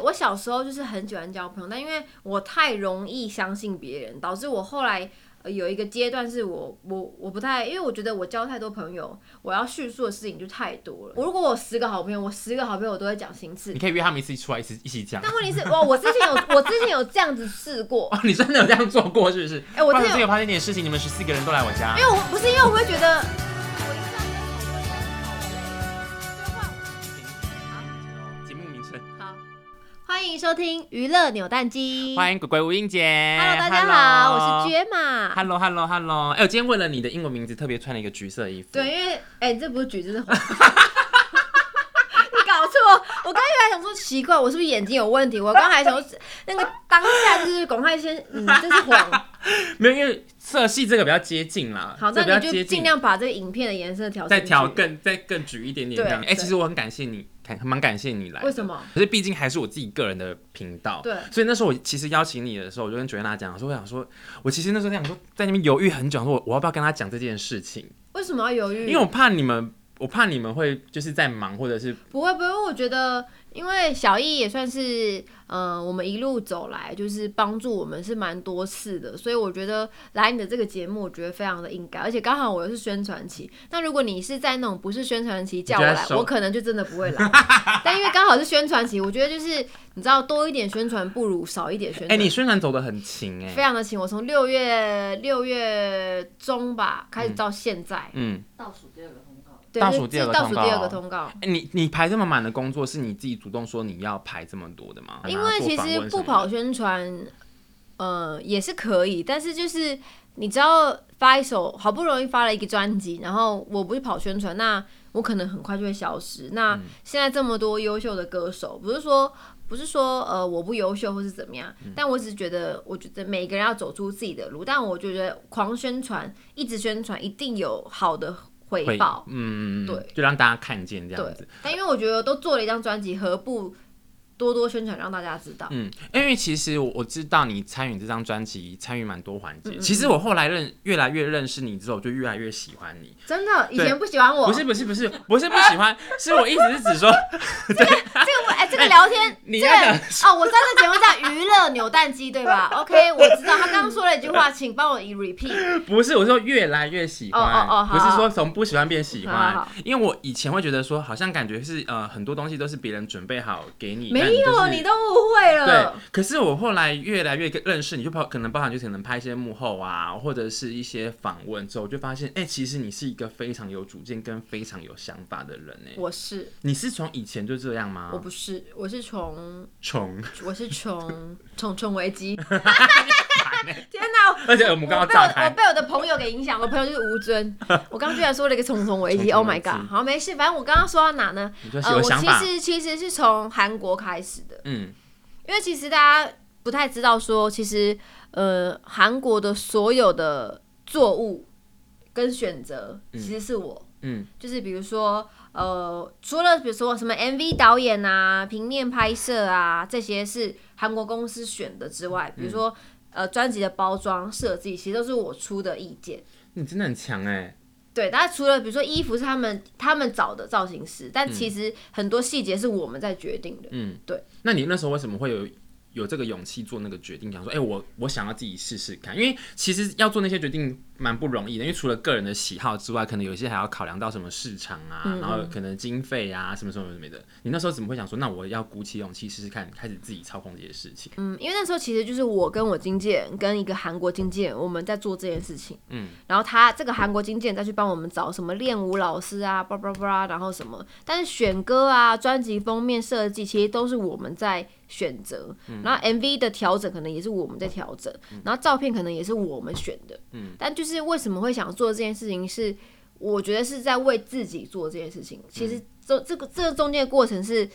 我小时候就是很喜欢交朋友，但因为我太容易相信别人，导致我后来、呃有一个阶段是我我我不太，因为我觉得我交太多朋友，我要叙述的事情就太多了。我如果我十个好朋友，我十个好朋友我都会讲心事你，可以约他们一起出来一起一起讲。但问题是，我我之前有我之前有这样子试过，哦，你真的有这样做过是不是？哎、我发之生这前有个发生一点事情，你们十四个人都来我家因。为我不是因为我会觉得。节目名称，好，欢迎收听娱乐扭蛋机。欢迎鬼鬼吴英姐。 Hello，大家好，我是娟。杰玛。 Hello，Hello，Hello。哎，我今天为了你的英文名字特别穿了一个橘色的衣服。对，，因为哎、这不是橘子，这是红。 你搞错！我刚原来想说奇怪，我是不是眼睛有问题？我刚还想说那个当下就是赶快先，嗯，这是黄。没有，因为色系这个比较接近啦。好， 这那个比你较就接近尽量把这个影片的颜色调再进去调。更再更橘一点点这样。对哎、其实我很感谢你，感蛮感谢你来。为什？么？可是毕竟还是我自己个人的频道，对所以那时候我其实邀请你的时候，我就跟九月娜讲说，我想说，我其实那时候想说，在那边犹豫很久，说我我要不要跟她讲这件事情，为什么要犹豫？因为我怕你们，我怕你们会就是在忙，或者是不会不会，我觉得因为小易也算是呃，我们一路走来就是帮助我们是蛮多次的，所以我觉得来你的这个节目，我觉得非常的应该，而且刚好我又是宣传期。那如果你是在那种不是宣传期叫我你就来在，收我可能就真的不会 来。但因为刚好是宣传期，我觉得就是你知道多一点宣传不如少一点宣哎、传。你宣传走的很勤哎、非常的勤，我从六月六月中吧开始到现在，嗯，倒数第二个通告，对，倒就数是第二个倒数第二个通通告。哎、你你排这么满的工作，是你自己主动说你要排这么多的吗？因然后为做其访实问不什么的跑宣传，呃，也是可以，但是就是你知道发一首好不容易发了一个专辑，然后我不去跑宣传，那我可能很快就会消失。嗯那现在这么多优秀的歌手，不是说。不是说呃我不优秀或是怎么样，嗯但我只是觉得，我觉得每个人要走出自己的路。但我觉得狂宣传，一直宣传，一定有好的回会报。嗯，对，就让大家看见这样对子。，但因为我觉得都做了一张专辑，何不多多宣传让大家知道？嗯，因为其实我我知道你参与这张专辑，参与蛮多环节。嗯嗯其实我后来认越来越认识你之后，我就越来越喜欢你。真的，以对前不喜欢我，不是不是不是不是不喜欢，是我意思是 指说这个 我哎、这个聊天，你这要讲 个哦，我上次节目叫娱乐扭蛋机，对吧？OK，我 知道他刚刚说了一句话，请帮我 repeat。不是，我说越来越喜欢，哦哦哦好不是说从不喜欢变喜欢。好好因为我以前会觉得说，好像感觉是呃很多东西都是别人准备好给你，但没有，就是你都误会对了。，可是我后来越来越认识你，就包可能包含就可能拍一些幕后啊，或者是一些访问之后，我就发现，哎、其实你是一个非常有主见跟非常有想法的人哎、我是，你是从以前就这样吗？我不是，我是从， 穷，我是从重重危 机。 天哪！我呃而哎且我们刚我刚被我炸的我开，被我的朋友给影响，我朋友就是吴尊。 我刚刚居然说了一个重重危机重，Oh 重危 my 机 god！好，没事，反正我刚刚说到哪呢？你说呃，有我想其法，实其实是从韩国开始的。嗯，因为其实大家不太知道说，其实呃，韩国的所有的作物跟选择其实是我，嗯，就是比如说呃，除了比如说什么 MV 导演啊、平面拍摄啊这些是韩国公司选的之外，比如说、呃专辑的包装设计，其实都是我出的意见。你真的很强哎、对，但除了比如说衣服是他们他们找的造型师，但其实很多细节是我们在决定的。嗯，对。那你那时候为什么会有有这个勇气做那个决定？想说，哎、我我想要自己试试看，因为其实要做那些决定蛮不容易的，因为除了个人的喜好之外，可能有一些还要考量到什么市场啊，嗯嗯然后可能经费啊，什么什么什么的。你那时候怎么会想说，那我要鼓起勇气试试看，开始自己操控这些事情？嗯，因为那时候其实就是我跟我经纪人跟一个韩国经纪人，我们在做这件事情。嗯，然后他这个韩国经纪人再去帮我们找什么练舞老师啊，叭叭叭，然后什么，但是选歌啊、专辑封面设计其实都是我们在选择，然后 MV 的调整可能也是我们在调整，然后照片可能也是我们选的。嗯，但就是为什么会想做这件事情是，我觉得是在为自己做这件事情。其嗯实这这个这个中间的过程是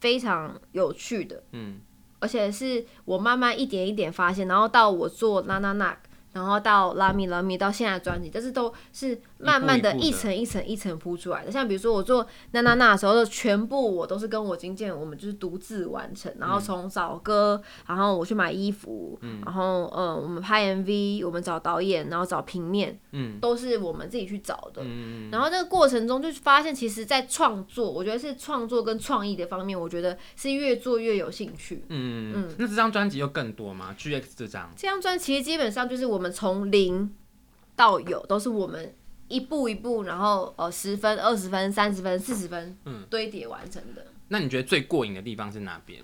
非常有趣的。嗯。而且是我慢慢一点一点发现，然后到我做那那那，然后到拉米拉米，到现在的专辑，但是都是慢慢的一步一一步的层一层一层铺出来的。像比如说我做那那那的时候，全部我都是跟我经纪人，我们就是独自完成，然嗯后从找歌，然后我去买衣服，然后嗯，我们拍 MV，我们找导演，然后找平面，嗯，都是我们自己去找的。然后这个过程中就发现，其实，在创作，我觉得是创作跟创意的方面，我觉得是越做越有兴趣。嗯那这张专辑又更多吗？G X 这张，这张专辑其实基本上就是我们从零到有，都是我们一步一步，然后呃十分、二十分、三十分、四十分堆叠完成的。那你觉得最过瘾的地方是哪边？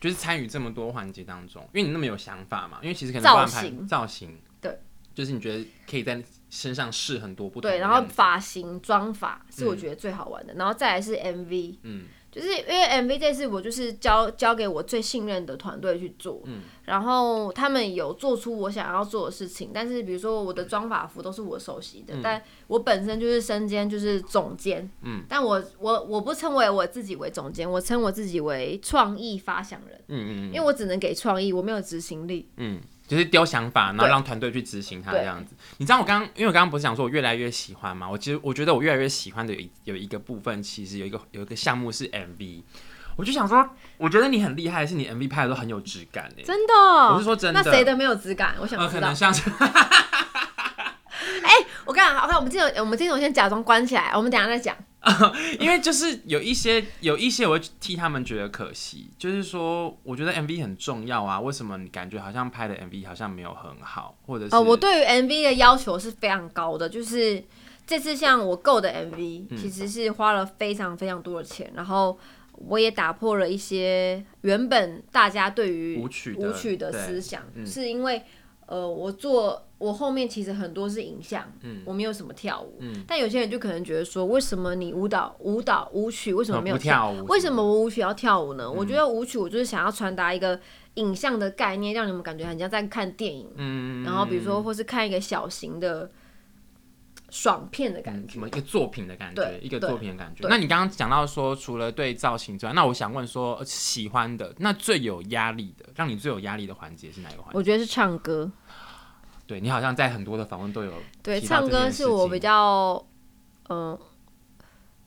就是参与这么多环节当中，因为你那么有想法嘛，因为其实可能造包含型造型，对，就是你觉得可以在身上试很多不同的对，然后样子发型、妆法是我觉得最好玩的，然后再来是 MV，嗯就是因为 MV 这次我就是交交给我最信任的团队去做，嗯然后他们有做出我想要做的事情，但是比如说我的妆法服都是我熟悉的，但我本身就是身兼就是总监，嗯但我我我不称为我自己为总监，我称我自己为创意发想人，嗯嗯因为我只能给创意，我没有执行力，嗯，就是丢想法，然后对让团队去执行它对这样子。你知道我刚，因为我刚刚不是讲说我越来越喜欢嘛，我其实我觉得我越来越喜欢的有一有一个部分，其实有一个有一个项目是 MV，我就想说，我觉得你很厉害，是你 MV 拍的都很有质感诶、真的，哦我是说真的那谁的没有质感？我想呃，知可道能。像是我跟你讲，好看，我们今天有我们今天我先假装关起来，我们等一下再讲。因为就是有一些有一些，我会替他们觉得可惜，就是说，我觉得 MV 很重要啊，为什么你感觉好像拍的 MV 好像没有很好，或者是哦，我对于 MV 的要求是非常高的，就是这次像我购的 MV，、其嗯实是花了非常非常多的钱，然后我也打破了一些原本大家对于舞曲的舞曲的对思想，嗯是因为呃，我做我后面其实很多是影像，嗯我没有什么跳舞，嗯但有些人就可能觉得说，为什么你舞蹈舞蹈舞曲为什么没有不跳舞嗯为什么我舞曲要跳舞呢？我觉得舞曲我就是想要传达一个影像的概念，让你们感觉很像在看电影。嗯，然后比如说或是看一个小型的爽片的感嗯什觉。么一个作品的感觉对，一个对作品的感觉。对那你刚刚讲到说，除了对造型之外，那我想问说，呃喜欢的那最有压力的，让你最有压力的环节是哪一个环节？我觉得是唱歌，对你好像在很多的访问都有对，提到唱这件歌事是我情比较，嗯、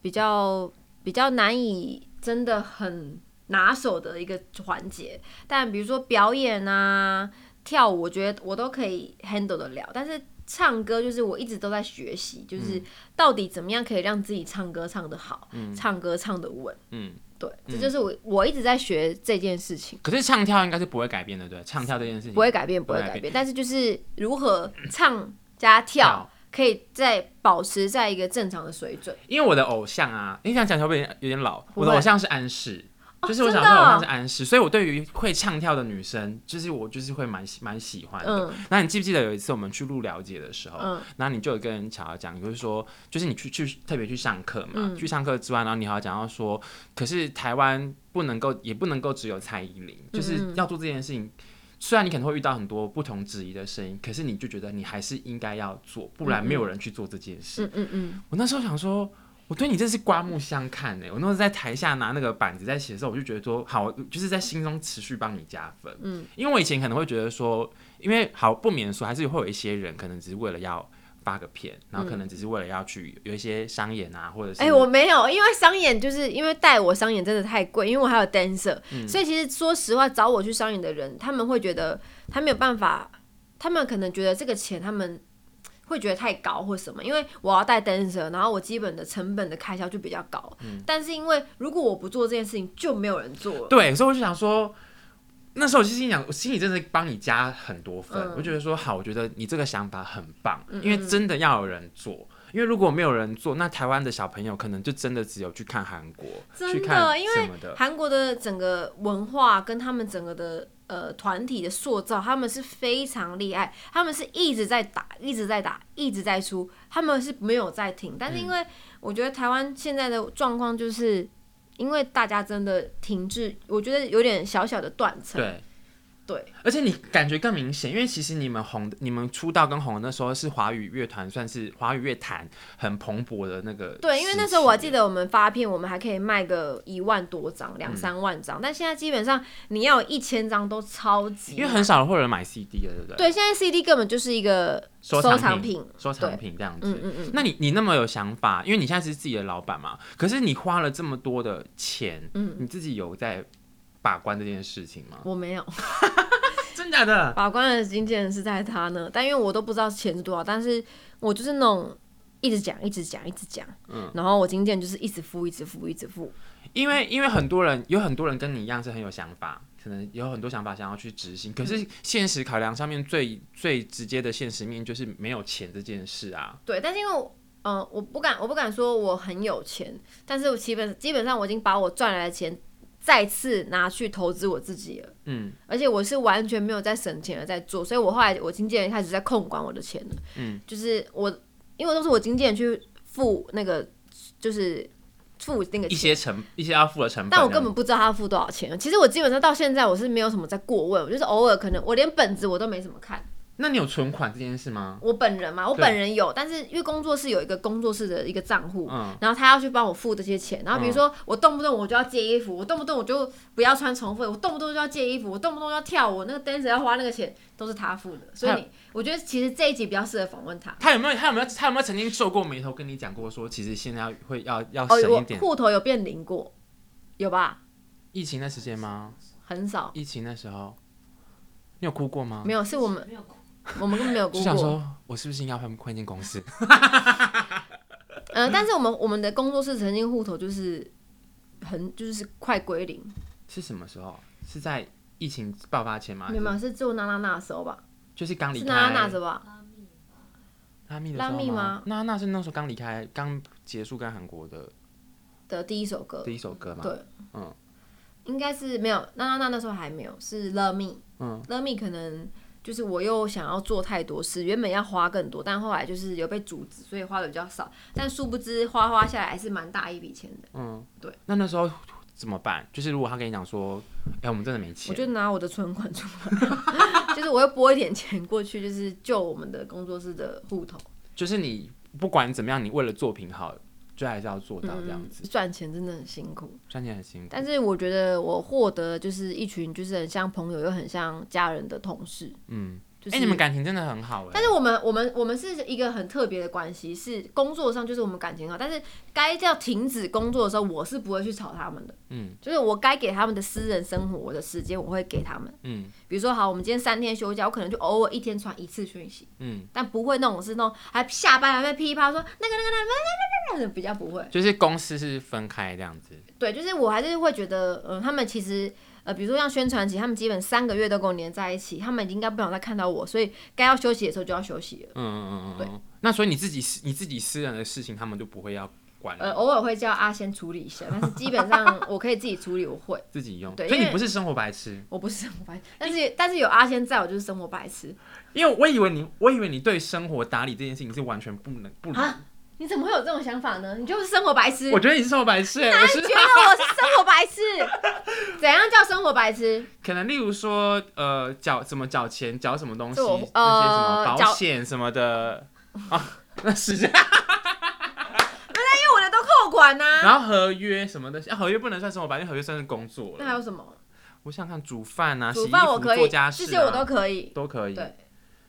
比较比较难以真的很拿手的一个环节。但比如说表演啊、跳舞，我觉得我都可以 handle 得了，但是。唱歌就是我一直都在学习，嗯就是到底怎么样可以让自己唱歌唱得好，唱歌唱得稳，嗯，对，这就是我我一直在学这件事情。可是唱跳应该是不会改变的，对不对，唱跳这件事情不会改变，不不会会改改变。但是就是如何唱加跳，可以在保持在一个正常的水准。因为我的偶像啊，你想讲会不会有点有点老？不会我的偶像是安室，哦就是我真小的时候偶哦像是安室，所以我对于会唱跳的女生，就是我就是会蛮喜蛮喜欢的。嗯那你记不记得有一次我们去录了解的时候，嗯然后你就有跟人巧巧讲，你就是说，就是你去去特别去上课嘛，嗯去上课之外，然后你还要讲到说，可是台湾不能够也不能够只有蔡依林，嗯就是要做这件事情。虽然你可能会遇到很多不同质疑的声音，可是你就觉得你还是应该要做，不然没有人去做这件事。嗯嗯嗯，我那时候想说，我对你真是刮目相看呢。欸我那时候在台下拿那个板子在写的时候，我就觉得说，好，就是在心中持续帮你加分。嗯，因为我以前可能会觉得说，因为好不免说，还是会有一些人可能只是为了要发个片，然后可能只是为了要去有一些商演啊，或者是哎、我没有，因为商演就是因为带我商演真的太贵，因为我还有 dancer，、所以嗯其实说实话，找我去商演的人，他们会觉得他没有办法，他们可能觉得这个钱他们。会觉得太高或什么，因为我要带 dancer，然后我基本的成本的开销就比较高。嗯但是因为如果我不做这件事情，就没有人做了。对，所以我就想说，那时候我就心里想，我心里真的帮你加很多分，嗯我觉得说好，我觉得你这个想法很棒，因为真的要有人做。因为如果没有人做，那台湾的小朋友可能就真的只有去看韩国，真去的看因什么的。韩国的整个文化跟他们整个的呃团体的塑造，他们是非常厉害，他们是一直在打，一直在打，一直在出，他们是没有在停。但是因为我觉得台湾现在的状况就是。因为大家真的停滞，我觉得有点小小的断层，对，对，而且你感觉更明显，因为其实你们红的，你们出道跟红的那时候是华语乐团，算是华语乐坛很蓬勃的那个时期。对，因为那时候我还记得我们发片，我们还可以卖个一万多嗯张、两三万张，但现在基本上你要有一千张都超级难，因为很少会有人买 CD 了，对不对？对，现在 CD 根本就是一个收藏藏品。收藏品这样子。嗯嗯嗯，那你你那么有想法，因为你现在是自己的老板嘛，可是你花了这么多的钱，嗯你自己有在把关这件事情吗？我没有真假的？把关的经纪人是在他呢，但因为我都不知道钱是多少，但是我就是那种一直讲、一直讲、一直讲，嗯然后我经纪人就是一直付、一直付、一直付，因为因为很多人有很多人跟你一样是很有想法，可能有很多想法想要去执嗯行，可是现实考量上面最最直接的现实面就是没有钱这件事啊。对，但是因为我，嗯、我不敢，我不敢说我很有钱，但是我基本基本上我已经把我赚来的钱再次拿去投资我自己了，嗯，而且我是完全没有在省钱的在做，所以我后来我经纪人开始在控管我的钱了，嗯，就是我因为都是我经纪人去付那个，就是付那个一钱。些成一些要付的成本，啊但我根本不知道他付多少钱。其实我基本上到现在我是没有什么在过问，我就是偶尔可能我连本子我都没怎么看。那你有存款这件事吗？我本人嘛，我对本人有，但是因为工作室有一个工作室的一个账户，嗯，然后他要去帮我付这些钱。然后比如说我动不动我就要借衣服，我动不动我就不要穿重复的，我动不动就要借衣服，我动不动就要跳舞，那个 dancer 要花那个钱都是他付的。所以还你我觉得其实这一集比较适合访问他。他有没有他有没有他有没有曾经皱过眉头跟你讲过说，其实现在会要要哦，省一我点？户头有变零过，有吧？疫情那时间吗？很少，疫情那时候，你有哭过吗？没有，是我们啊我们根本没有过 就过。想说，我是不是应该换换一间公司？ 嗯，但是我们我们的工作室曾经户头就是很就是快归零，是什么时候？是在疫情爆发前吗？没有啊没有是做娜娜那的时候吧，就是刚离是开娜娜那时候吧，拉密的拉时候密吗吗？那那是那时候刚离开，刚结束跟韩国的的第一首歌，第一首歌嘛。呃对，嗯应该是没有娜娜那那时候还没有，是 Love Me 嗯 Love Me 可能。就是我又想要做太多事，原本要花更多，但后来就是有被阻止，所以花的比较少。但殊不知花花下来还是蛮大一笔钱的，嗯，对。那那时候怎么办？就是如果他跟你讲说，哎、我们真的没我钱，就拿我的存款出来， 就是我又拨一点钱过去，就是救我们的工作室的户头。就是你不管怎么样，你为了作品好，就还是要做到这样子。嗯赚钱真的很辛苦，赚钱很辛苦，但是我觉得我获得就是一群就是很像朋友又很像家人的同事，嗯，就哎、是、你们感情真的很好哎、但是我们我们我们是一个很特别的关系，是工作上就是我们感情好，但是该要停止工作的时候，我是不会去吵他们的，嗯就是我该给他们的私人生活我的时间我会给他们，嗯比如说好，我们今天三天休假，我可能就偶尔一天传一次讯息，嗯，但不会那种是那种还下班还在噼啪说那个那个那个那个那个那个比较不会。就是公司是分开这样子。对，就是我还是会觉得，嗯，他们其实，呃，比如说像宣传期，他们基本三个月都跟我黏在一起，他们应该不想再看到我，所以该要休息的时候就要休息了。嗯嗯嗯嗯嗯。那所以你自己私你自己私人的事情，他们就不会要管你，呃，偶尔会叫阿先处理一下，但是基本 上我可以自己处理，我会，自己用。所对以因你为不是生活白痴。我不是生活白痴，但是但是有阿先在我就是生活白痴。因为我以为你，我以为你对生活打理这件事情是完全不能不能。啊你怎么会有这种想法呢？你就是生活白痴，我哪觉得你是生活白痴、欸，我里是觉得我是生活白痴？怎样叫生活白痴？可能例如说，呃，缴怎么缴钱，缴什么东西，这那我些什么呃保缴险什 么的啊，那是这样。因为我的都扣款啊呐、然后合约什么的，啊合约不能算生活白痴，因为合约算是工作那还了。有什么？我想看煮饭啊，洗啊煮衣饭服我可做以，家这事、啊，些我都可以。都可以。对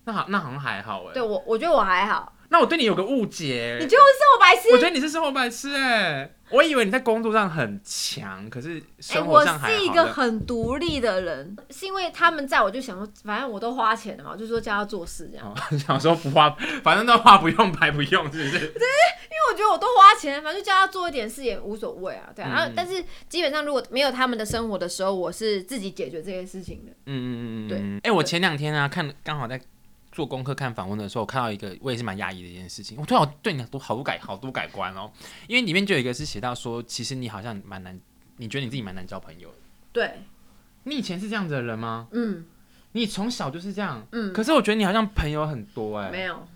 那好，那好像还好哎、对我，我觉得我还好。那我对你有个误解你，欸就是生活白痴我。觉得你是生活白痴哎、我以为你在工作上很强，可是哎，生我活上还好。是一个很独立的人，是因为他们在我就想说，反正我都花钱了嘛，我就说叫他做事这样。哦， 想说不花，反正都花不用白不用，是不是？因为我觉得我都花钱了，反正就叫他做一点事也无所谓啊，对啊。嗯然后，但是基本上如果没有他们的生活的时候，我是自己解决这些事情的。嗯嗯嗯嗯，对嗯。哎、我前两天啊，看刚好在做功课看访问的时候，我看到一个我也是蛮压抑的一件事情，我突然对你好多好多改好多改观哦，因为里面就有一个是写到说，其实你好像蛮难，你觉得你自己蛮难交朋友的。对，你以前是这样子的人吗？嗯你从小就是这样，嗯，可是我觉得你好像朋友很多哎、没有。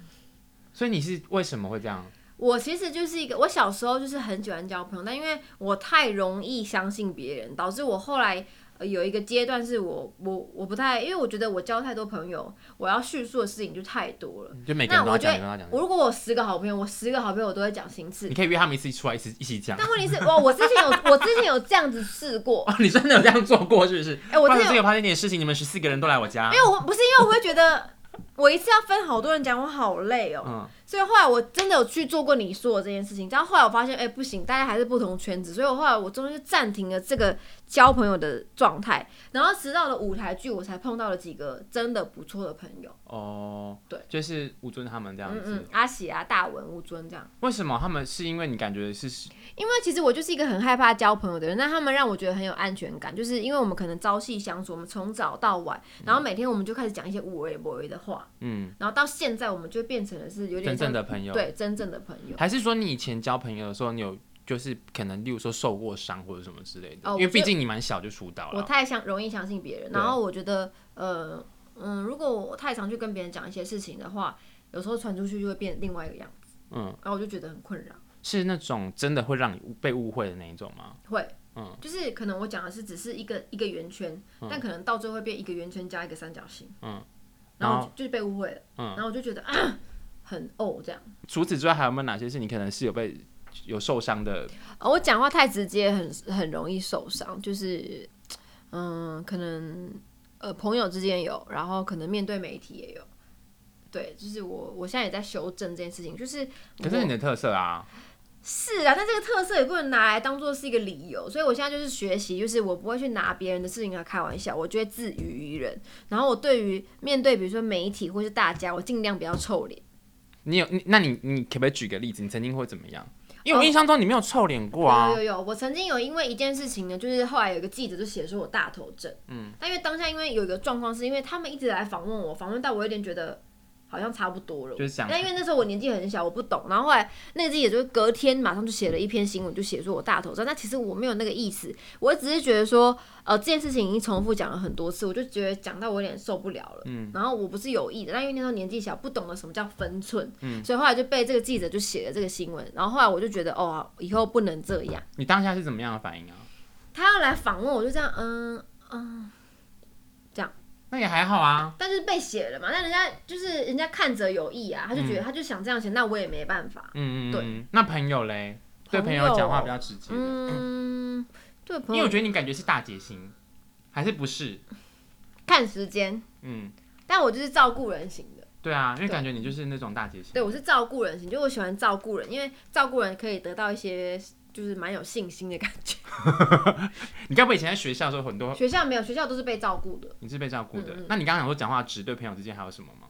所以你是为什么会这样？我其实就是一个，我小时候就是很喜欢交朋友，但因为我太容易相信别人，导致我后来呃有一个阶段是我我我不太，因为我觉得我交太多朋友，我要叙述的事情就太多了。就每个那人都我要觉讲，每个人都要得讲，。我如果我有十个好朋友，我十个好朋友我都会讲心事你。可以约他们一起出来，一起一起讲。 但问题是，我我之前有 我之前有这样子试过，哦，你真的有这样做过是不是？哎我真的有发生这个发生一点事情，你们十四个人都来我家因。为我不是因为我会觉得我一次要分好多人讲，我好累哦、嗯，所以后来我真的有去做过你说的这件事情，但后来我发现，哎、不行，大家还是不同圈子，所以我后来我终于就暂停了这个交朋友的状态，然后直到了舞台剧，我才碰到了几个真的不错的朋友，哦，对，就是吴尊他们这样嗯子。嗯，阿喜啊、大文、吴尊这样，为什么他们是因为你感觉是因为其实我就是一个很害怕交朋友的人，那他们让我觉得很有安全感，就是因为我们可能朝夕相处，我们从早到晚，然后每天我们就开始讲一些无为不为的话，嗯然后到现在我们就变成了是有点真正像的朋友，对真正的朋友。还是说你以前交朋友的时候，你有就是可能例如说受过伤或者什么之类的？哦我因为毕就竟你蛮小就出道我了。太相容易相信别人，对然后我觉得，呃，嗯，如果我太常去跟别人讲一些事情的话，有时候传出去就会变另外一个样子，嗯，然后我就觉得很困扰。是那种真的会让你误被误会的那一种吗？会，嗯，就是可能我讲的是只是一个一个圆圈，但可能到最后会变一个圆圈加一个三角形，嗯，然然后后就就是被误会了，嗯然后我就觉得啊，很哦这样。除此之外，还有没有哪些是你可能是有被有受伤的？哦，我讲话太直接，很很容易受伤。就是，嗯，可能呃朋友之间有，然后可能面对媒体也有。对，就是我我现在也在修正这件事情，就是可是我你的特色啊，是啊，但这个特色也不能拿来当做是一个理由，所以我现在就是学习，就是我不会去拿别人的事情来开玩笑，我就会自娱于人。然后我对于面对比如说媒体或是大家，我尽量不要臭脸。你有你那你你可不可以举个例子？你曾经会怎么样？因为我哦印象中你没有臭脸过啊。有有有，我曾经有因为一件事情呢，就是后来有一个记者就写说我大头症，嗯，但因为当下因为有一个状况，是因为他们一直来访问我，访问到我有点觉得好像差不多了，就是想但因为那时候我年纪很小，我不懂，然后后来那个记者就隔天马上就写了一篇新闻，就写说我大头症，但其实我没有那个意思，我只是觉得说，呃，这件事情已经重复讲了很多次，我就觉得讲到我有点受不了了，嗯，然后我不是有意的，但因为那时候年纪小，不懂得什么叫分寸，嗯，所以后来就被这个记者就写了这个新闻，然后后来我就觉得，哦，以后不能这样。你当下是怎么样的反应啊？他要来访问我，就这样，嗯嗯，那也还好啊。但就是被写了嘛。但人家就是人家看者有意啊，他就觉得他就想这样写，那我也没办法。嗯嗯，对嗯。那朋友嘞，对朋朋友友讲话比较直接的，嗯，对朋因为友我觉得你感觉是大姐型，还是不是？看时间，嗯，但我就是照顾人型的。对啊，因为感觉你就是那种大姐型。对我是照顾人型，就我喜欢照顾人，因为照顾人可以得到一些就是蛮有信心的感觉。你该不会以前在学校的时候很多学校没有，学校都是被照顾的。你是被照顾的？嗯嗯那你刚刚讲说讲话直，对朋友之间还有什么吗？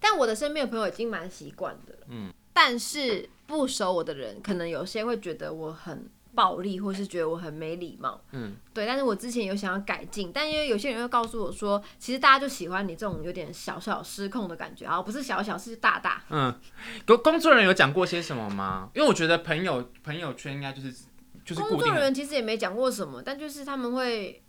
但我的身边的朋友已经蛮习惯的了。嗯，但是不熟我的人，可能有些会觉得我很暴力，或是觉得我很没礼貌。嗯，对。但是我之前有想要改进，但因为有些人会告诉我说，其实大家就喜欢你这种有点小小失控的感觉啊，不是小小是大大。嗯，工工作人员有讲过些什么吗？因为我觉得朋友朋友圈应该就是就是工固作定人的，员其实也没讲过什么，但就是他们会。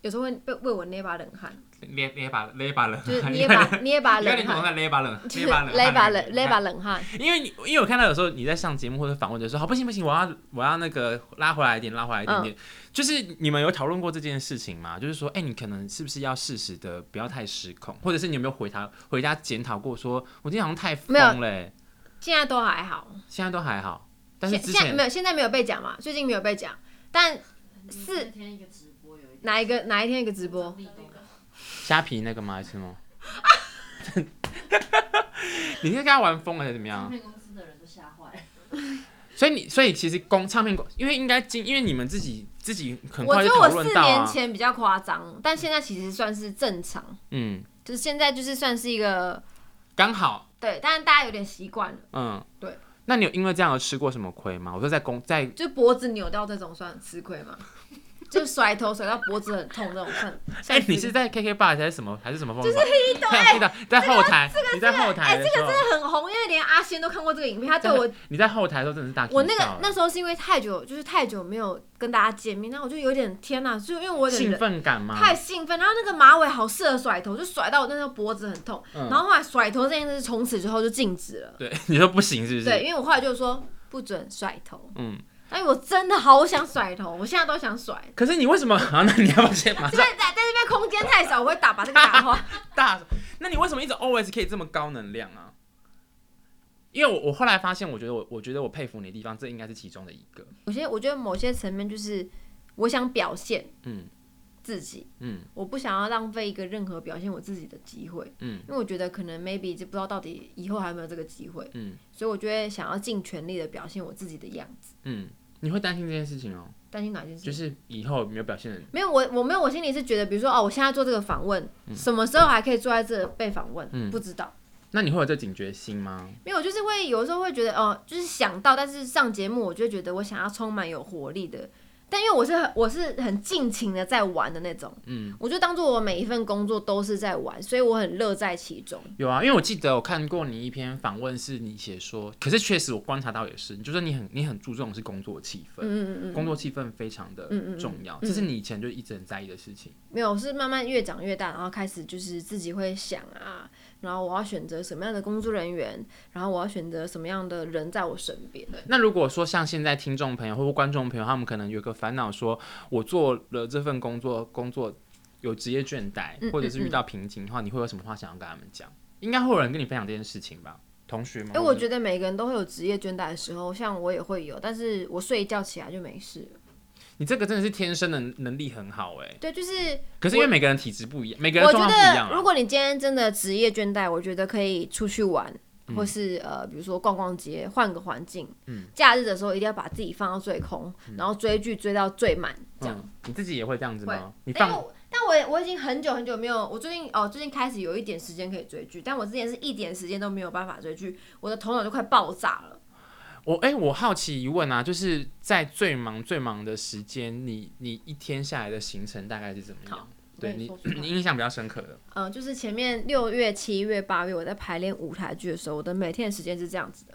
有时候会被为我捏把冷汗，勒勒把勒把冷汗， 就是捏把捏把你看你冷头上汗，在勒把冷，就是勒把冷汗，勒把冷勒把冷汗。因为你，因为我看到有时候你在上节目或者访问的时候，好不行不行，我要我要那个拉回来一点，拉回来一点嗯点。就是你们有讨论过这件事情吗？就是说，哎、你可能是不是要适时的不要太失控，或者是你有没有回他回家检讨过说我今天好像太疯没有了、欸现在都还好，现在都还好，但是现之现在前没有，现在没有被讲嘛，最近没有被讲，但是四天一个直播有一哪一个哪一天一个直播？力度虾皮那个吗？还是什么？ 你是跟他玩疯了还是怎么样唱？片公司的人都吓坏了，所以你，所以其实公唱片公，因为应该经，因为你们自己自己很我快觉就得讨我四论到年啊，前比较夸张，但现在其实算是正常，嗯，就是现在就是算是一个刚好对，但是大家有点习惯了，嗯，对。那你有因为这样而吃过什么亏吗？我说在公 在就脖子扭掉这种算吃亏吗？ 就甩头甩到脖子很痛这种算？哎、算吃亏你是在 KK bar 还是什么还是什么风？就是黑豆，哎黑豆在后台，你在后台的时候，很红，因为连阿仙都看过这个影片，他对我你在后台的时候真的是大 K 我那笑个了那时候是因为太久就是太久没有跟大家见面，那我就有点天哪、就因为我有点兴奋感吗？太兴奋，然后那个马尾好适合甩头，就甩到我那时候脖子很痛，嗯然后后来甩头这件事从此之后就禁止了。 对，你说不行是不是？对，因为我后来就说不准甩头，嗯，但我真的好想甩头，我现在都想甩。可是你为什么？ 好，那你要不要先马这上边在在这边空间太少，我会打把这个打 花。大？那你为什么一直 always 可以这么高能量啊？因为我我后来发现，我觉得我我觉得我佩服你的地方，这应该是其中的一个。有些我觉得某些层面就是我想表现嗯自己，嗯我不想要浪费一个任何表现我自己的机会，嗯因为我觉得可能 maybe 就不知道到底以后还有没有这个机会，嗯所以我就会想要尽全力的表现我自己的样子。嗯，你会担心这件事情哦，担心哪件事？就是以后没有表现。没有我，我没有，我心里是觉得，比如说哦，我现在做这个访问，什么时候还可以坐在这被访问，嗯不知道。那你会有这警觉心吗？没有，就是会有时候会觉得，哦、就是想到，但是上节目我就会觉得我想要充满有活力的，但因为我是很我是很尽情的在玩的那种，嗯，我就当做我每一份工作都是在玩，所以我很乐在其中。有啊，因为我记得我看过你一篇访问，是你写说，可是确实我观察到也是，你就说你很你很注重的是工作气氛，嗯嗯嗯，工作气氛非常的嗯嗯嗯重要，嗯这是你以前就一直很在意的事情。没有，是慢慢越长越大，然后开始就是自己会想啊，然后我要选择什么样的工作人员，然后我要选择什么样的人在我身边。那如果说像现在听众朋友或者观众朋友，他们可能有个烦恼说，我做了这份工作，工作有职业倦怠，嗯或者是遇到瓶颈的话，你会有什么话想要跟他们讲？应该会有人跟你分享这件事情吧？同学们？哎、我觉得每个人都会有职业倦怠的时候，像我也会有，但是我睡一觉起来就没事了。你这个真的是天生的能力很好哎、对，就是可是因为每个人体质不一样，每个人我觉状况不一样、得，啊。如果你今天真的职业倦怠，我觉得可以出去玩，或是呃，比如说逛逛街，换个环境。嗯假日的时候一定要把自己放到最空，然后追剧追到最满，这样。嗯，你自己也会这样子吗？你但因为放哎我但我也我已经很久很久没有，我最近哦最近开始有一点时间可以追剧，但我之前是一点时间都没有办法追剧，我的头脑就快爆炸了。我哎、我好奇疑问啊，就是在最忙最忙的时间，你你一天下来的行程大概是怎么样好？对我跟你你说出来你印象比较深刻的， 嗯、就是前面六月、七月、八月我在排练舞台剧的时候，我的每天的时间是这样子的。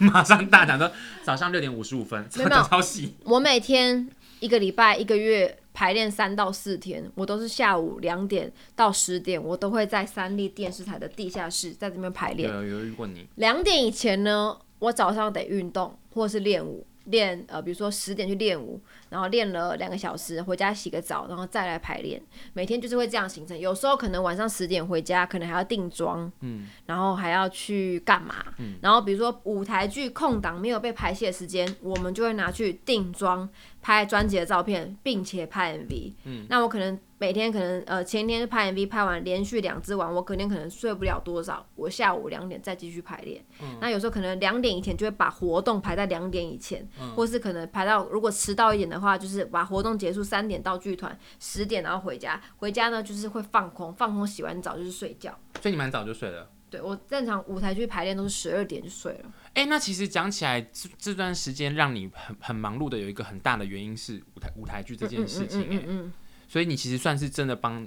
马上大讲说早上六点五十五分，没有早 超息。我每天一个礼拜、一个月排练三到四天，我都是下午两点到十点，我都会在三立电视台的地下室在这边排有练。有有遇过你，两点以前呢，我早上得运动或是练舞，练呃，比如说十点去练舞，然后练了两个小时，回家洗个澡，然后再来排练。每天就是会这样形成，有时候可能晚上十点回家，可能还要定妆，嗯，然后还要去干嘛？然后比如说舞台剧空档没有被排戏的时间，我们就会拿去定妆、拍专辑的照片，并且拍 MV。嗯，那我可能每天可能呃前天拍 MV 拍完，连续两支完，我隔天可能睡不了多少，我下午两点再继续排练。那有时候可能两点以前就会把活动排在两点以前，或是可能排到如果迟到一点的话，就是把活动结束三点到剧团，十点然后回家。回家呢就是会放空，放空洗完澡就是睡觉。所以你蛮早就睡了。对我正常舞台剧排练都是十二点就睡了。哎、那其实讲起来，这这段时间让你很很忙碌的有一个很大的原因是舞台舞台剧这件事情、哎、嗯嗯嗯嗯所以你其实算是真的帮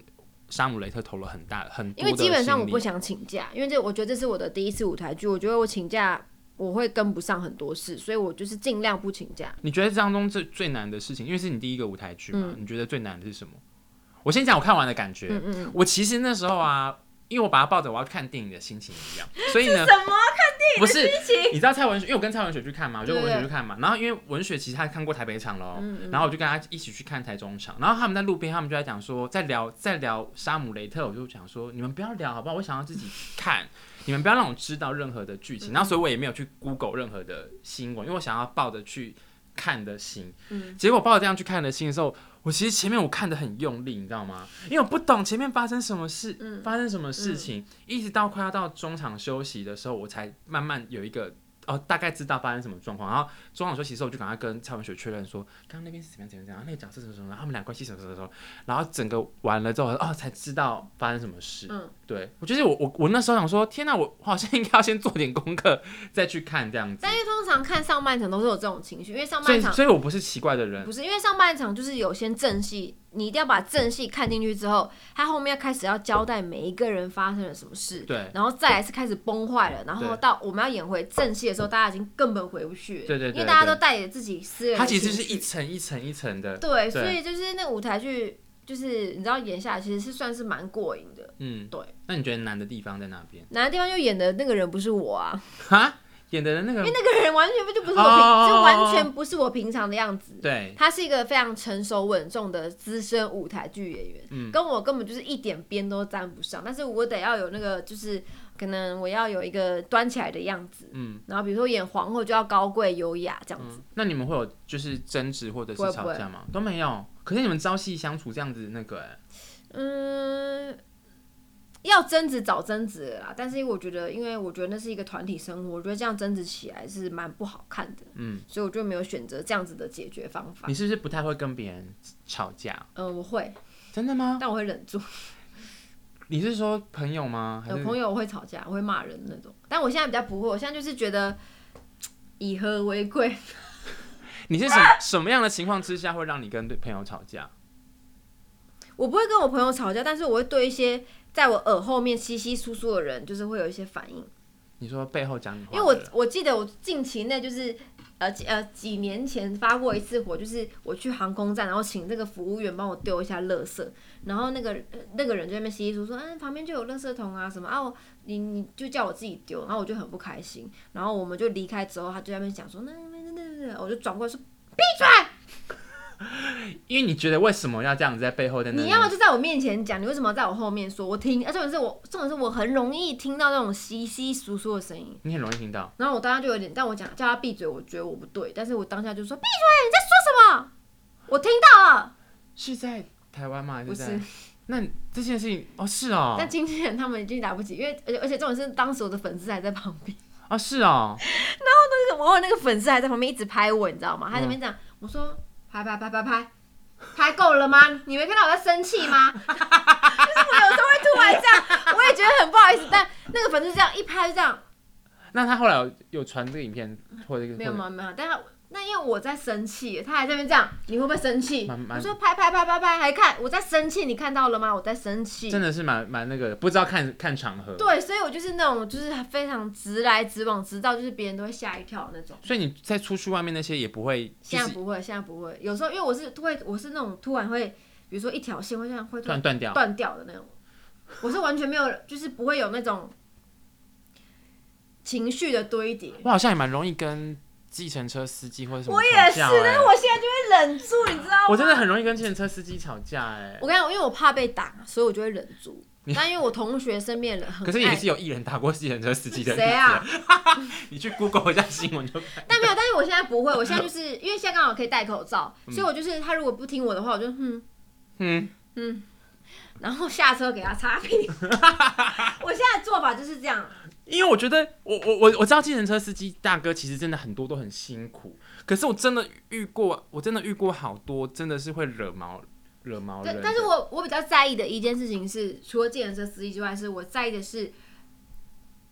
沙姆雷特投了很大很多因的为基本上我心力不想请假，因为这我觉得这是我的第一次舞台剧，我觉得我请假我会跟不上很多事，所以我就是尽量不请假。你觉得当中最最难的事情，因为是你第一个舞台剧嗯嘛，你觉得最难的是什么？我先讲我看完的感觉。嗯我其实那时候啊，因为我把它抱着我要看电影的心情一样，所以呢，什么？不是你知道蔡文学，因为我跟蔡文学去看嘛，我就跟文学对去看嘛。然后因为文学其实他看过台北场喽，嗯然后我就跟他一起去看台中场。然后他们在路边，他们就在讲说，在聊在聊沙姆雷特，我就讲说，你们不要聊好不好？我想要自己看， 你们不要让我知道任何的剧嗯情。然后所以我也没有去 Google 任何的新闻，因为我想要抱着去看的心。结果抱着这样去看的心的时候。我其实前面我看的很用力，你知道吗？因为我不懂前面发生什么事，发生什么事情，一直到快要到中场休息的时候，我才慢慢有一个哦，大概知道发生什么状况。然后中场休息的时候，我就赶快跟蔡文学确认说，刚刚那边是怎么样怎么样，然后那个角色什么什么，然后他们俩关系什么什么什么，然后整个完了之后，哦，才知道发生什么事。嗯，对，我就是我我我那时候想说，天哪，我我好像应该要先做点功课再去看这样子但。因为通常看上半场都是有这种情绪，因为上所以半场所以我不是奇怪的人不，是因为上半场就是有些正戏，你一定要把正戏看进去之后，他后面要开始要交代每一个人发生了什么事，对然后再来是开始崩坏了，然后对到我们要演回正戏的时候，大家已经根本回不去了，对对对因为大家对都带着自己私人的它其情绪，实是一层一层一层的。对，对所以就是那舞台剧，就是你知道演下来其实是算是蛮过瘾的。嗯，对。那你觉得难的地方在哪边？ 难的地方就演的那个人不是我啊，哈，演的那个因为那个人完全不就不是我平，哦就完全不是我平常的样子。对，他是一个非常成熟稳重的资深舞台剧演员，嗯跟我根本就是一点边都沾不上。但是我得要有那个，就是可能我要有一个端起来的样子，嗯然后比如说演皇后就要高贵优雅这样子。嗯，那你们会有就是争执或者不会不是吵会架吗？都没有。可是你们朝夕相处这样子，那个、欸，嗯，要争执找争执了啦，但是我觉得，因为我觉得那是一个团体生活，我觉得这样争执起来是蛮不好看的，嗯，所以我就没有选择这样子的解决方法你。是不是不太会跟别人吵架？嗯，我会，真的吗？但我会忍住。你是说朋友吗？还有是朋友我会吵架，我会骂人那种，但我现在比较不会，我现在就是觉得以和为贵。 你是什啊什么样的情况之下会让你跟对朋友吵架？我不会跟我朋友吵架，但是我会对一些在我耳后面稀稀疏疏的人，就是会有一些反应。你说背后讲你话因为的人，我我记得我近期内就是呃几呃几年前发过一次火，就是我去航空站，然后请这个服务员帮我丢一下垃圾，然后那个呃那个人就在那边稀稀疏疏，嗯，旁边就有垃圾桶啊什么啊，我你你就叫我自己丢，然后我就很不开心，然后我们就离开之后，他就在那边讲说那那那那那，我就转过来说因为你觉得为什么要这样子在背后在那里？你要么就在我面前讲，你为什么要在我后面说？我听，而重点是我重点是我很容易听到那种稀稀疏疏的声音。你很容易听到，然后我当下就有点，但我讲叫他闭嘴，我觉得我不对，但是我当下就说闭嘴，你在说什么？我听到了。是在台湾吗？还不是是在？那这件事情哦，是哦，但经纪人他们已经来不及，因为而且而且重点是当时我的粉丝还在旁 边，哦是哦，那个我有那个粉丝还在旁边一直拍我，你知道吗？他在那边讲，嗯我说拍拍拍拍拍。拍够了吗？你没看到我在生气吗？ 就是我有时候会突然这样，我也觉得很不好意思。但那个粉丝这样一拍就这样，那他后来有有传这个影片或者一个没有或者没有没有，但他那因为我在生气，他还在那边这样，你会不会生气？蛮蛮我说拍拍拍拍拍，还看我在生气，你看到了吗？我在生气。真的是蛮蛮那个的，不知道看看场合。对，所以我就是那种就是非常直来直往，直到就是别人都会吓一跳那种。所以你在出去外面那些也不会，就现在是不会，现在不会。有时候因为我是会，我是那种突然会，比如说一条线会这样会突断然断掉。断掉的那种。我是完全没有，就是不会有那种情绪的堆叠。我好像也蛮容易跟计程车司机或者什么我也吵是，架但欸是我现在就会忍住，你知道吗？我真的很容易跟计程车司机吵架哎、我跟你讲，因为我怕被打，所以我就会忍住。但因为我同学身边的人很可是也爱是有艺人打过计程车司机的，哎谁啊？？ 你去 Google 一下新闻就看。但没有，但是我现在不会，我现在就是因为现在刚好可以戴口罩，所以我就是他如果不听我的话，我就哼，嗯，然后下车给他擦屁 股。我现在的做法就是这样，因为我觉得我我我我知道计程车司机大哥其实真的很多都很辛苦，可是我真的遇过，我真的遇过好多真的是会惹毛惹毛人对的。，但是我我比较在意的一件事情是，除了计程车司机之外，是我在意的是，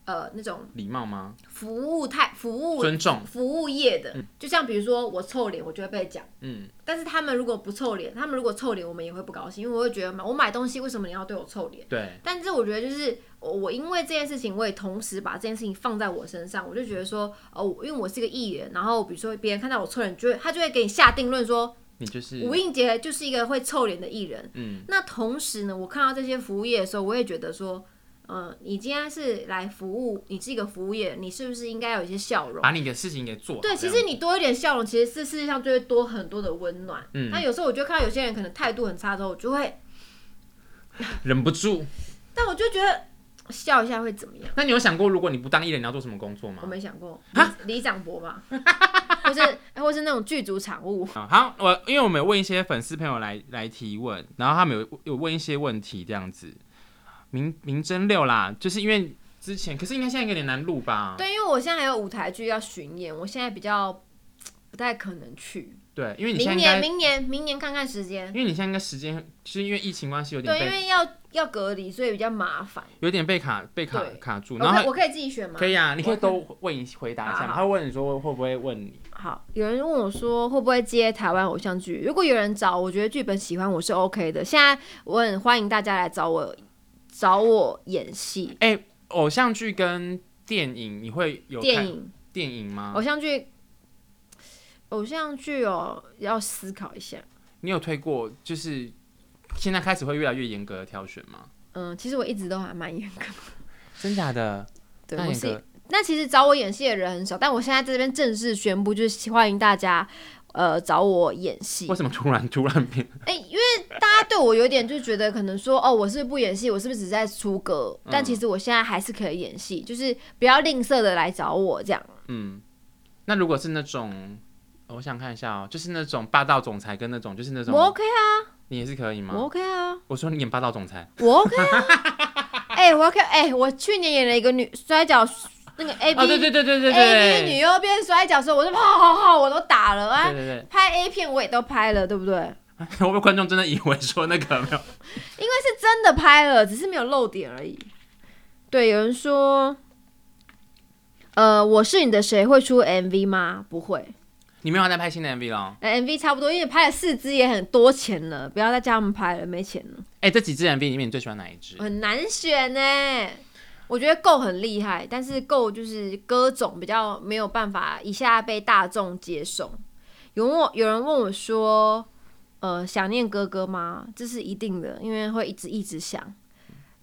呃，那种礼貌吗？服务态服务尊重，服务业的，就像比如说我臭脸，我就会被讲。嗯，但是他们如果不臭脸，他们如果臭脸，我们也会不高兴，因为我会觉得嘛，我买东西为什么你要对我臭脸？对，但是我觉得就是我我因为这件事情，我也同时把这件事情放在我身上，我就觉得说，哦，我因为我是个艺人，然后比如说别人看到我臭脸，就会他就会给你下定论说，你就是吴映洁就是一个会臭脸的艺人。嗯，那同时呢，我看到这些服务业的时候，我也觉得说，嗯，你今天是来服务，你是一个服务业，你是不是应该有一些笑容？把你的事情给做好。对，其这实样你多一点笑容，其实这世界上就会多很多的温暖。嗯那有时候我就看到有些人可能态度很差的时候，我就会，忍不住。但我就觉得笑一下会怎么样？那你有想过，如果你不当艺人，你要做什么工作吗我？没想过，啊李李长博吧，或是或是那种剧组产物。啊，好，我因为我们有问一些粉丝朋友来来提问，然后他们有有问一些问题这样子。明明真六啦，就是因为之前，可是应该现在有点难录吧？对，因为我现在还有舞台剧要巡演，我现在比较不太可能去。对，因为你明现在应年，该，明年，明年看看时间因。为你现在应该时间，就是因为疫情关系有点对，因被为要要隔离，所以比较麻烦。有点被卡被卡对卡住，我然可以后我可以自己选吗？可以啊，你可我以看啊都问一回答一下嘛，好他会问你说会不会问你，好，有人问我说会不会接台湾偶像剧？如果有人找，我觉得剧本喜欢我是 OK 的。现在我很欢迎大家来找我，找我演戏、哎、偶像剧跟电影你会有电看影、哦电影吗偶？像剧、偶像剧哦，要思考一下。你有推过就是现在开始会越来越严格的挑选吗？嗯，其实我一直都还蛮严格，真假的？对那我严是格那其实找我演戏的人很少，但我现在在这边正式宣布，就是欢迎大家。呃，找我演戏为，什么突然突然变？哎、因为大家对我有点就觉得可能说，哦，我是不是不演戏，我是不是只在出歌？嗯但其实我现在还是可以演戏，就是不要吝啬的来找我这样。嗯，那如果是那种，呃我想看一下哦，就是那种霸道总裁跟那种，就是那种，我 OK 啊，你也是可以吗？我 OK 啊，我说你演霸道总裁，我 OK 啊。 哎、我 OK，哎、我去年演了一个女摔跤，那个 A B，、哦，对对对对 A 对 B 哎女对，优边摔跤的时候，我就好好好，我都打了啊对。对 拍 A 片我也都拍了，对不对？因对，会不会观众真的以为说那个没有？ 为是真的拍了，只是没有露点而已。对，有人说，呃，我是你的谁会出 MV 吗？不会，你没有在拍新的 MV 了？那 MV 差不多，因为拍了四支也很多钱了，不要再叫他们拍了，没钱了，哎、这几支 MV 里面你最喜欢哪一支？很难选呢、我觉得够很厉害，但是够就是歌种比较没有办法一下被大众接受。有人问我有人问我说，呃，想念哥哥吗？这是一定的，因为会一直一直想。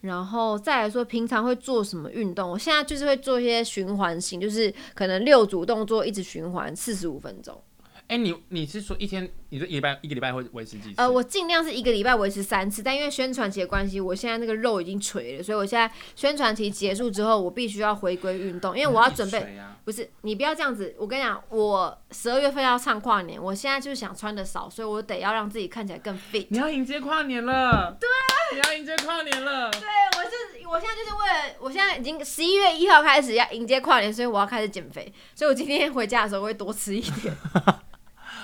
然后再来说，平常会做什么运动？我现在就是会做一些循环型，就是可能六组动作一直循环四十五分钟。哎、你你是说一天，你说一个礼拜一个礼拜会维持几次？呃，我尽量是一个礼拜维持三次，但因为宣传期的关系，我现在那个肉已经垂了，所以我现在宣传期结束之后，我必须要回归运动，因为我要准备。水啊不是你不要这样子，我跟你讲，我十二月份要唱跨年，我现在就是想穿的少，所以我得要让自己看起来更 fit。你要迎接跨年了，对，你要迎接跨年了。啊对，我是我现在就是为了，我现在已经十一月一号开始要迎接跨年，所以我要开始减肥，所以我今天回家的时候会多吃一点。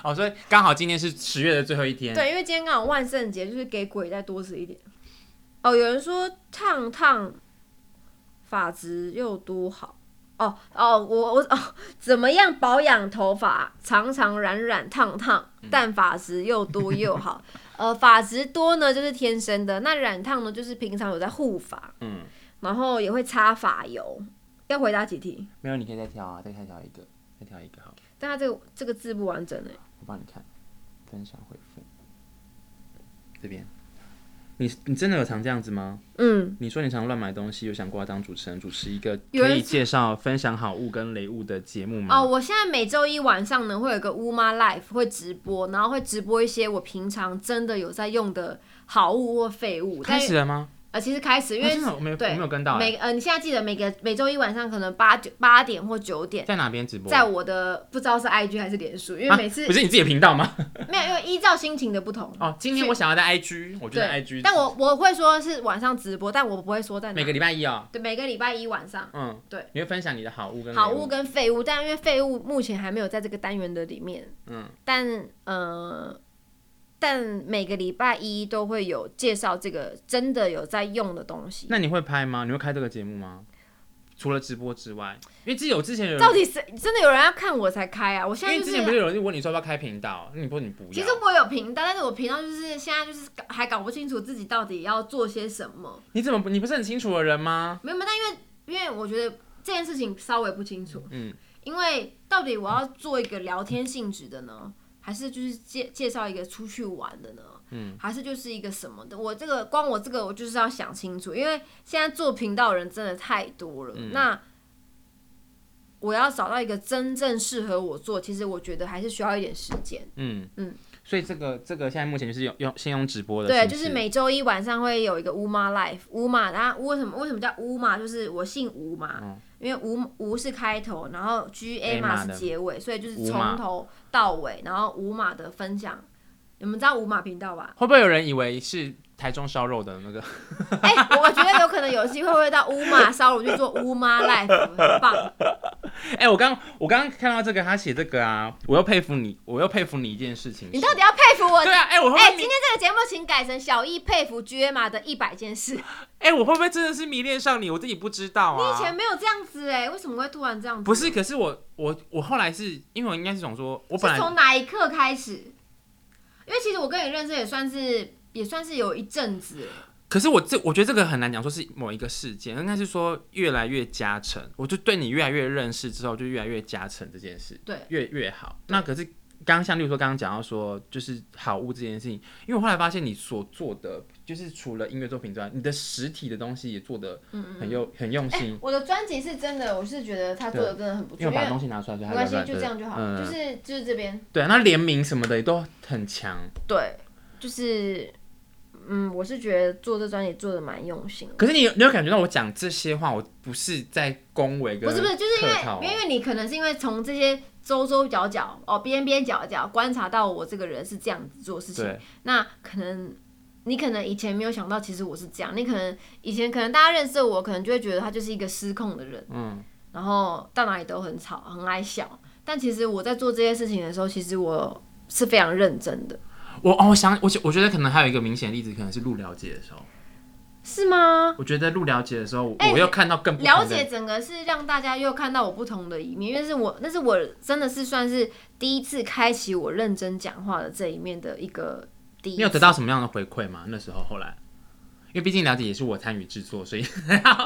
哦，所以刚好今天是十月的最后一天。，对，因为今天刚好万圣节，就是给鬼再多吃一点。哦，有人说烫烫发质又多好。哦哦，我我哦，怎么样保养头发？常常染染烫烫，但发质又多又好。呃，发质多呢就是天生的，那染烫呢就是平常有在护发，嗯，然后也会擦发油。要回答几题？没有，你可以再挑啊，再挑一个，再挑一个好了，但它这个这个字不完整哎。我帮你看，分享回复这边。你你真的有常这样子吗？嗯，你说你常乱买东西，有想过要当主持人，主持一个有可人以介绍分享好物跟雷物的节目吗？哦，我现在每周一晚上呢会有一个乌妈 Life 会直播，然后会直播一些我平常真的有在用的好物或废物。开但始了吗？呃，其实开始，因啊为真的我没有对我没有跟到、欸，每呃，你现在记得每个每周一晚上可能八九八点或九点，在哪边直播？在我的不知道是 IG 还是脸书，因为啊每次、不是你自己的频道吗？没有，因为依照心情的不同。哦，今天我想要在 IG，我就在 IG，但我我会说是晚上直播，但我不会说在哪。每个礼拜一哦，对每个礼拜一晚上嗯，对，你会分享你的好物跟好雷物跟废物，但因为废物目前还没有在这个单元的里面。嗯，但呃，但每个礼拜一都会有介绍这个真的有在用的东西。那你会拍吗？你会开这个节目吗？除了直播之外，因为之前有之前有人到，底谁真的有人要看我才开啊？我现因在为就之前不是是。有人问你说要不要开频道，那你说你不要，其实我有频道，但是我频道就是现在就是搞还搞不清楚自己到底要做些什么。你怎么不你不是很清楚的人吗？没有，没有但因为因为我觉得这件事情稍微不清楚，嗯，因为到底我要做一个聊天性质的呢，还是就是介介绍一个出去玩的呢？嗯，还是就是一个什么的？我这个光我这个我就是要想清楚，因为现在做频道的人真的太多了。嗯那我要找到一个真正适合我做，其实我觉得还是需要一点时间。嗯嗯，所以这个这个现在目前就是用用先用直播的，对，不就是每周一晚上会有一个乌马 life，乌马，然后为什么为什么叫乌马？就是我姓吴嘛，嗯因为吴吴是开头，然后 G A 马嘛的是结尾，所以就是吴马从头到尾，然后五马的分享。你们知道五马频道吧？会不会有人以为是台中烧肉的那个？ 哎、我觉得有可能有机会会到乌马烧乳去做乌马 life，很棒。哎、我刚我刚刚看到这个，他写这个啊，我又佩服你，我又佩服你一件事情是。你到底要佩服我？对啊，哎、我会不哎、会今迷天这个节目请改成小易佩服 G M 的一百件事。你哎、我会不会真的是迷恋上你？我自己不知道啊。以前没有这样子哎、为什么会突然这样子？不是，，可是我我我后来是因为我应该是想说，我本是来从哪一刻开始？因为其实我跟你认识也算是也算是有一阵子了，可是我这我觉得这个很难讲，说是某一个事件，应该是说越来越加成，我就对你越来越认识之后，就越来越加成这件事，对越越好。那可是刚刚像例如说刚刚讲到说，就是好物这件事情，因为我后来发现你所做的，就是除了音乐作品之外，你的实体的东西也做的很用很用嗯哎、心，我的专辑是真的，我是觉得他做的真的很不错，因为因我把为东西拿出来，所以没它关系软，软就的这样就好，嗯、就是就是这边对，啊那联名什么的也都很强。对，就是嗯，我是觉得做这专辑做的蛮用心的。可是你有你有感觉到我讲这些话，我不是在恭维跟不是不是，就是因为客套哦因为你可能是因为从这些周周角角哦边边角角观察到我这个人是这样子做事情，对那可能你可能以前没有想到，其实我是这样。你可能以前可能大家认识我，可能就会觉得他就是一个失控的人，嗯，然后到哪里都很吵，很爱笑。但其实我在做这些事情的时候，其实我是非常认真的，我哦，我想我觉我觉得可能还有一个明显的例子，可能是录了解的时候，是吗？我觉得录了解的时候，哎我又看到更不同的了解整个是让大家又看到我不同的一面，因为是我那是我真的是算是第一次开启我认真讲话的这一面的一个第一次。你有得到什么样的回馈吗？那时候后来，因为毕竟了解也是我参与制作，所以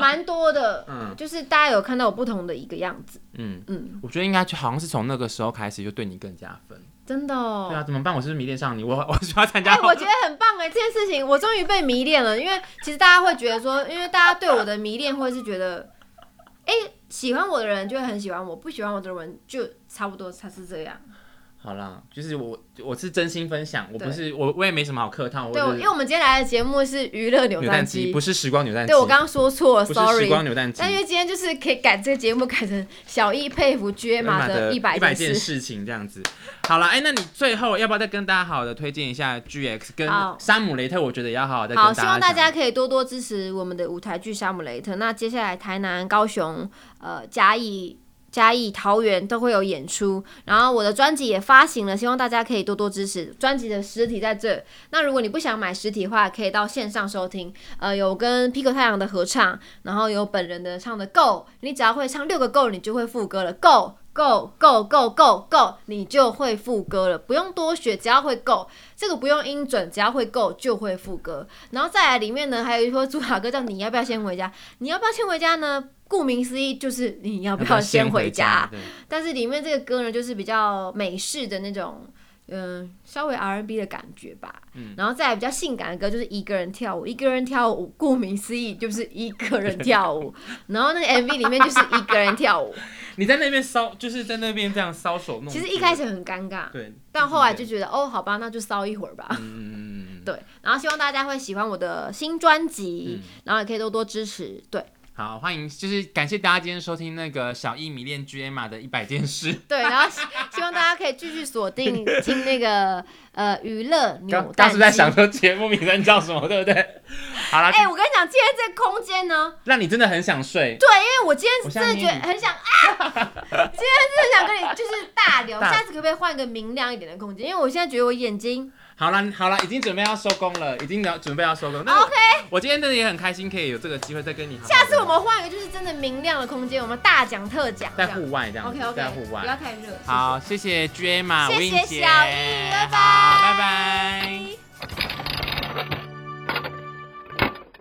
蛮多的，嗯就是大家有看到我不同的一个样子， 嗯嗯，我觉得应该就好像是从那个时候开始就对你更加分。真的哦、对啊，怎么办？我是不是迷恋上你？我我需要参加哎、后。我觉得很棒哎，这件事情我终于被迷恋了，因为其实大家会觉得说，因为大家对我的迷恋，或者是觉得，哎、喜欢我的人就会很喜欢我，不喜欢我的人就差不多，他是这样。好啦，就是我我是真心分享，我对不是我我也没什么好客套，我对，我就是因为我们今天来的节目是娱乐扭扭蛋蛋机机不，是时光扭蛋机，对我刚刚说错了不是时，sorry。光扭蛋机但。因为今天就是可以改这个节目，改成小易佩服 J 马的一一百百件件事。事情这样子，好了，哎、那你最后要不要再跟大家好好的推荐一下 GX 跟好山姆雷特？我觉得也要好好的跟好，大希家望大讲家可以多多支持我们的舞台剧《沙姆雷特》。那接下来台南、高雄、呃嘉义、嘉义、桃园都会有演出。然后我的专辑也发行了，希望大家可以多多支持。专辑的实体在这。那如果你不想买实体的话，可以到线上收听。呃，有跟 Pico 太阳的合唱，然后有本人的唱的 Go，你只要会唱六个 Go，你就会副歌了。Go Go Go Go Go Go，你就会副歌了，不用多学，只要会 Go，这个不用音准，只要会 Go 就会副歌。然后再来里面呢，还有一说主打歌叫你要不要先回家？你要不要先回家呢？顾名思义就是你要要不不要要先回回家。对但是里面这个歌呢，就是比较美式的那种，嗯、稍微 R&B 的感觉吧。嗯，然后再来比较性感的歌，就是一个人跳舞，一个人跳舞，顾名思义就是一个人跳 舞。然后那个 MV 里面就是一个人跳舞，你在那边搔，就是在那边这样搔首弄其姿。实一开始很尴尬，对，但后来就觉得哦，好吧，那就骚一会儿吧。嗯，对，然后希望大家会喜欢我的新专辑，嗯然后也可以多多支持。对好，欢迎，就是感谢大家今天收听那个小易迷恋 G M a 的一百 件事。对，然后希希望大家可以继续锁定听那个呃娱乐扭蛋刚当机。时在想说节目名称叫什么，对不 对？好啦，哎、我跟你讲，今天这个空间呢，让你真的很想睡。对，因为我今我天真现在的觉得捏你很想啊， 今天真的想跟你就是大聊，大下次可不可以换个明亮一点的空间？因为我现在觉得我眼睛，好啦，好啦，已经准备要收工了，已经要准备要收工。那 OK 我今天真的也很开心，可以有这个机会再跟你好好地下次我们换一个就是真的明亮的空间，我们大讲特讲这在样。户外这样子 OK，OK，在户不要外。太热。谢谢好，谢谢 G M a 谢谢吴映洁，小易拜拜好拜拜。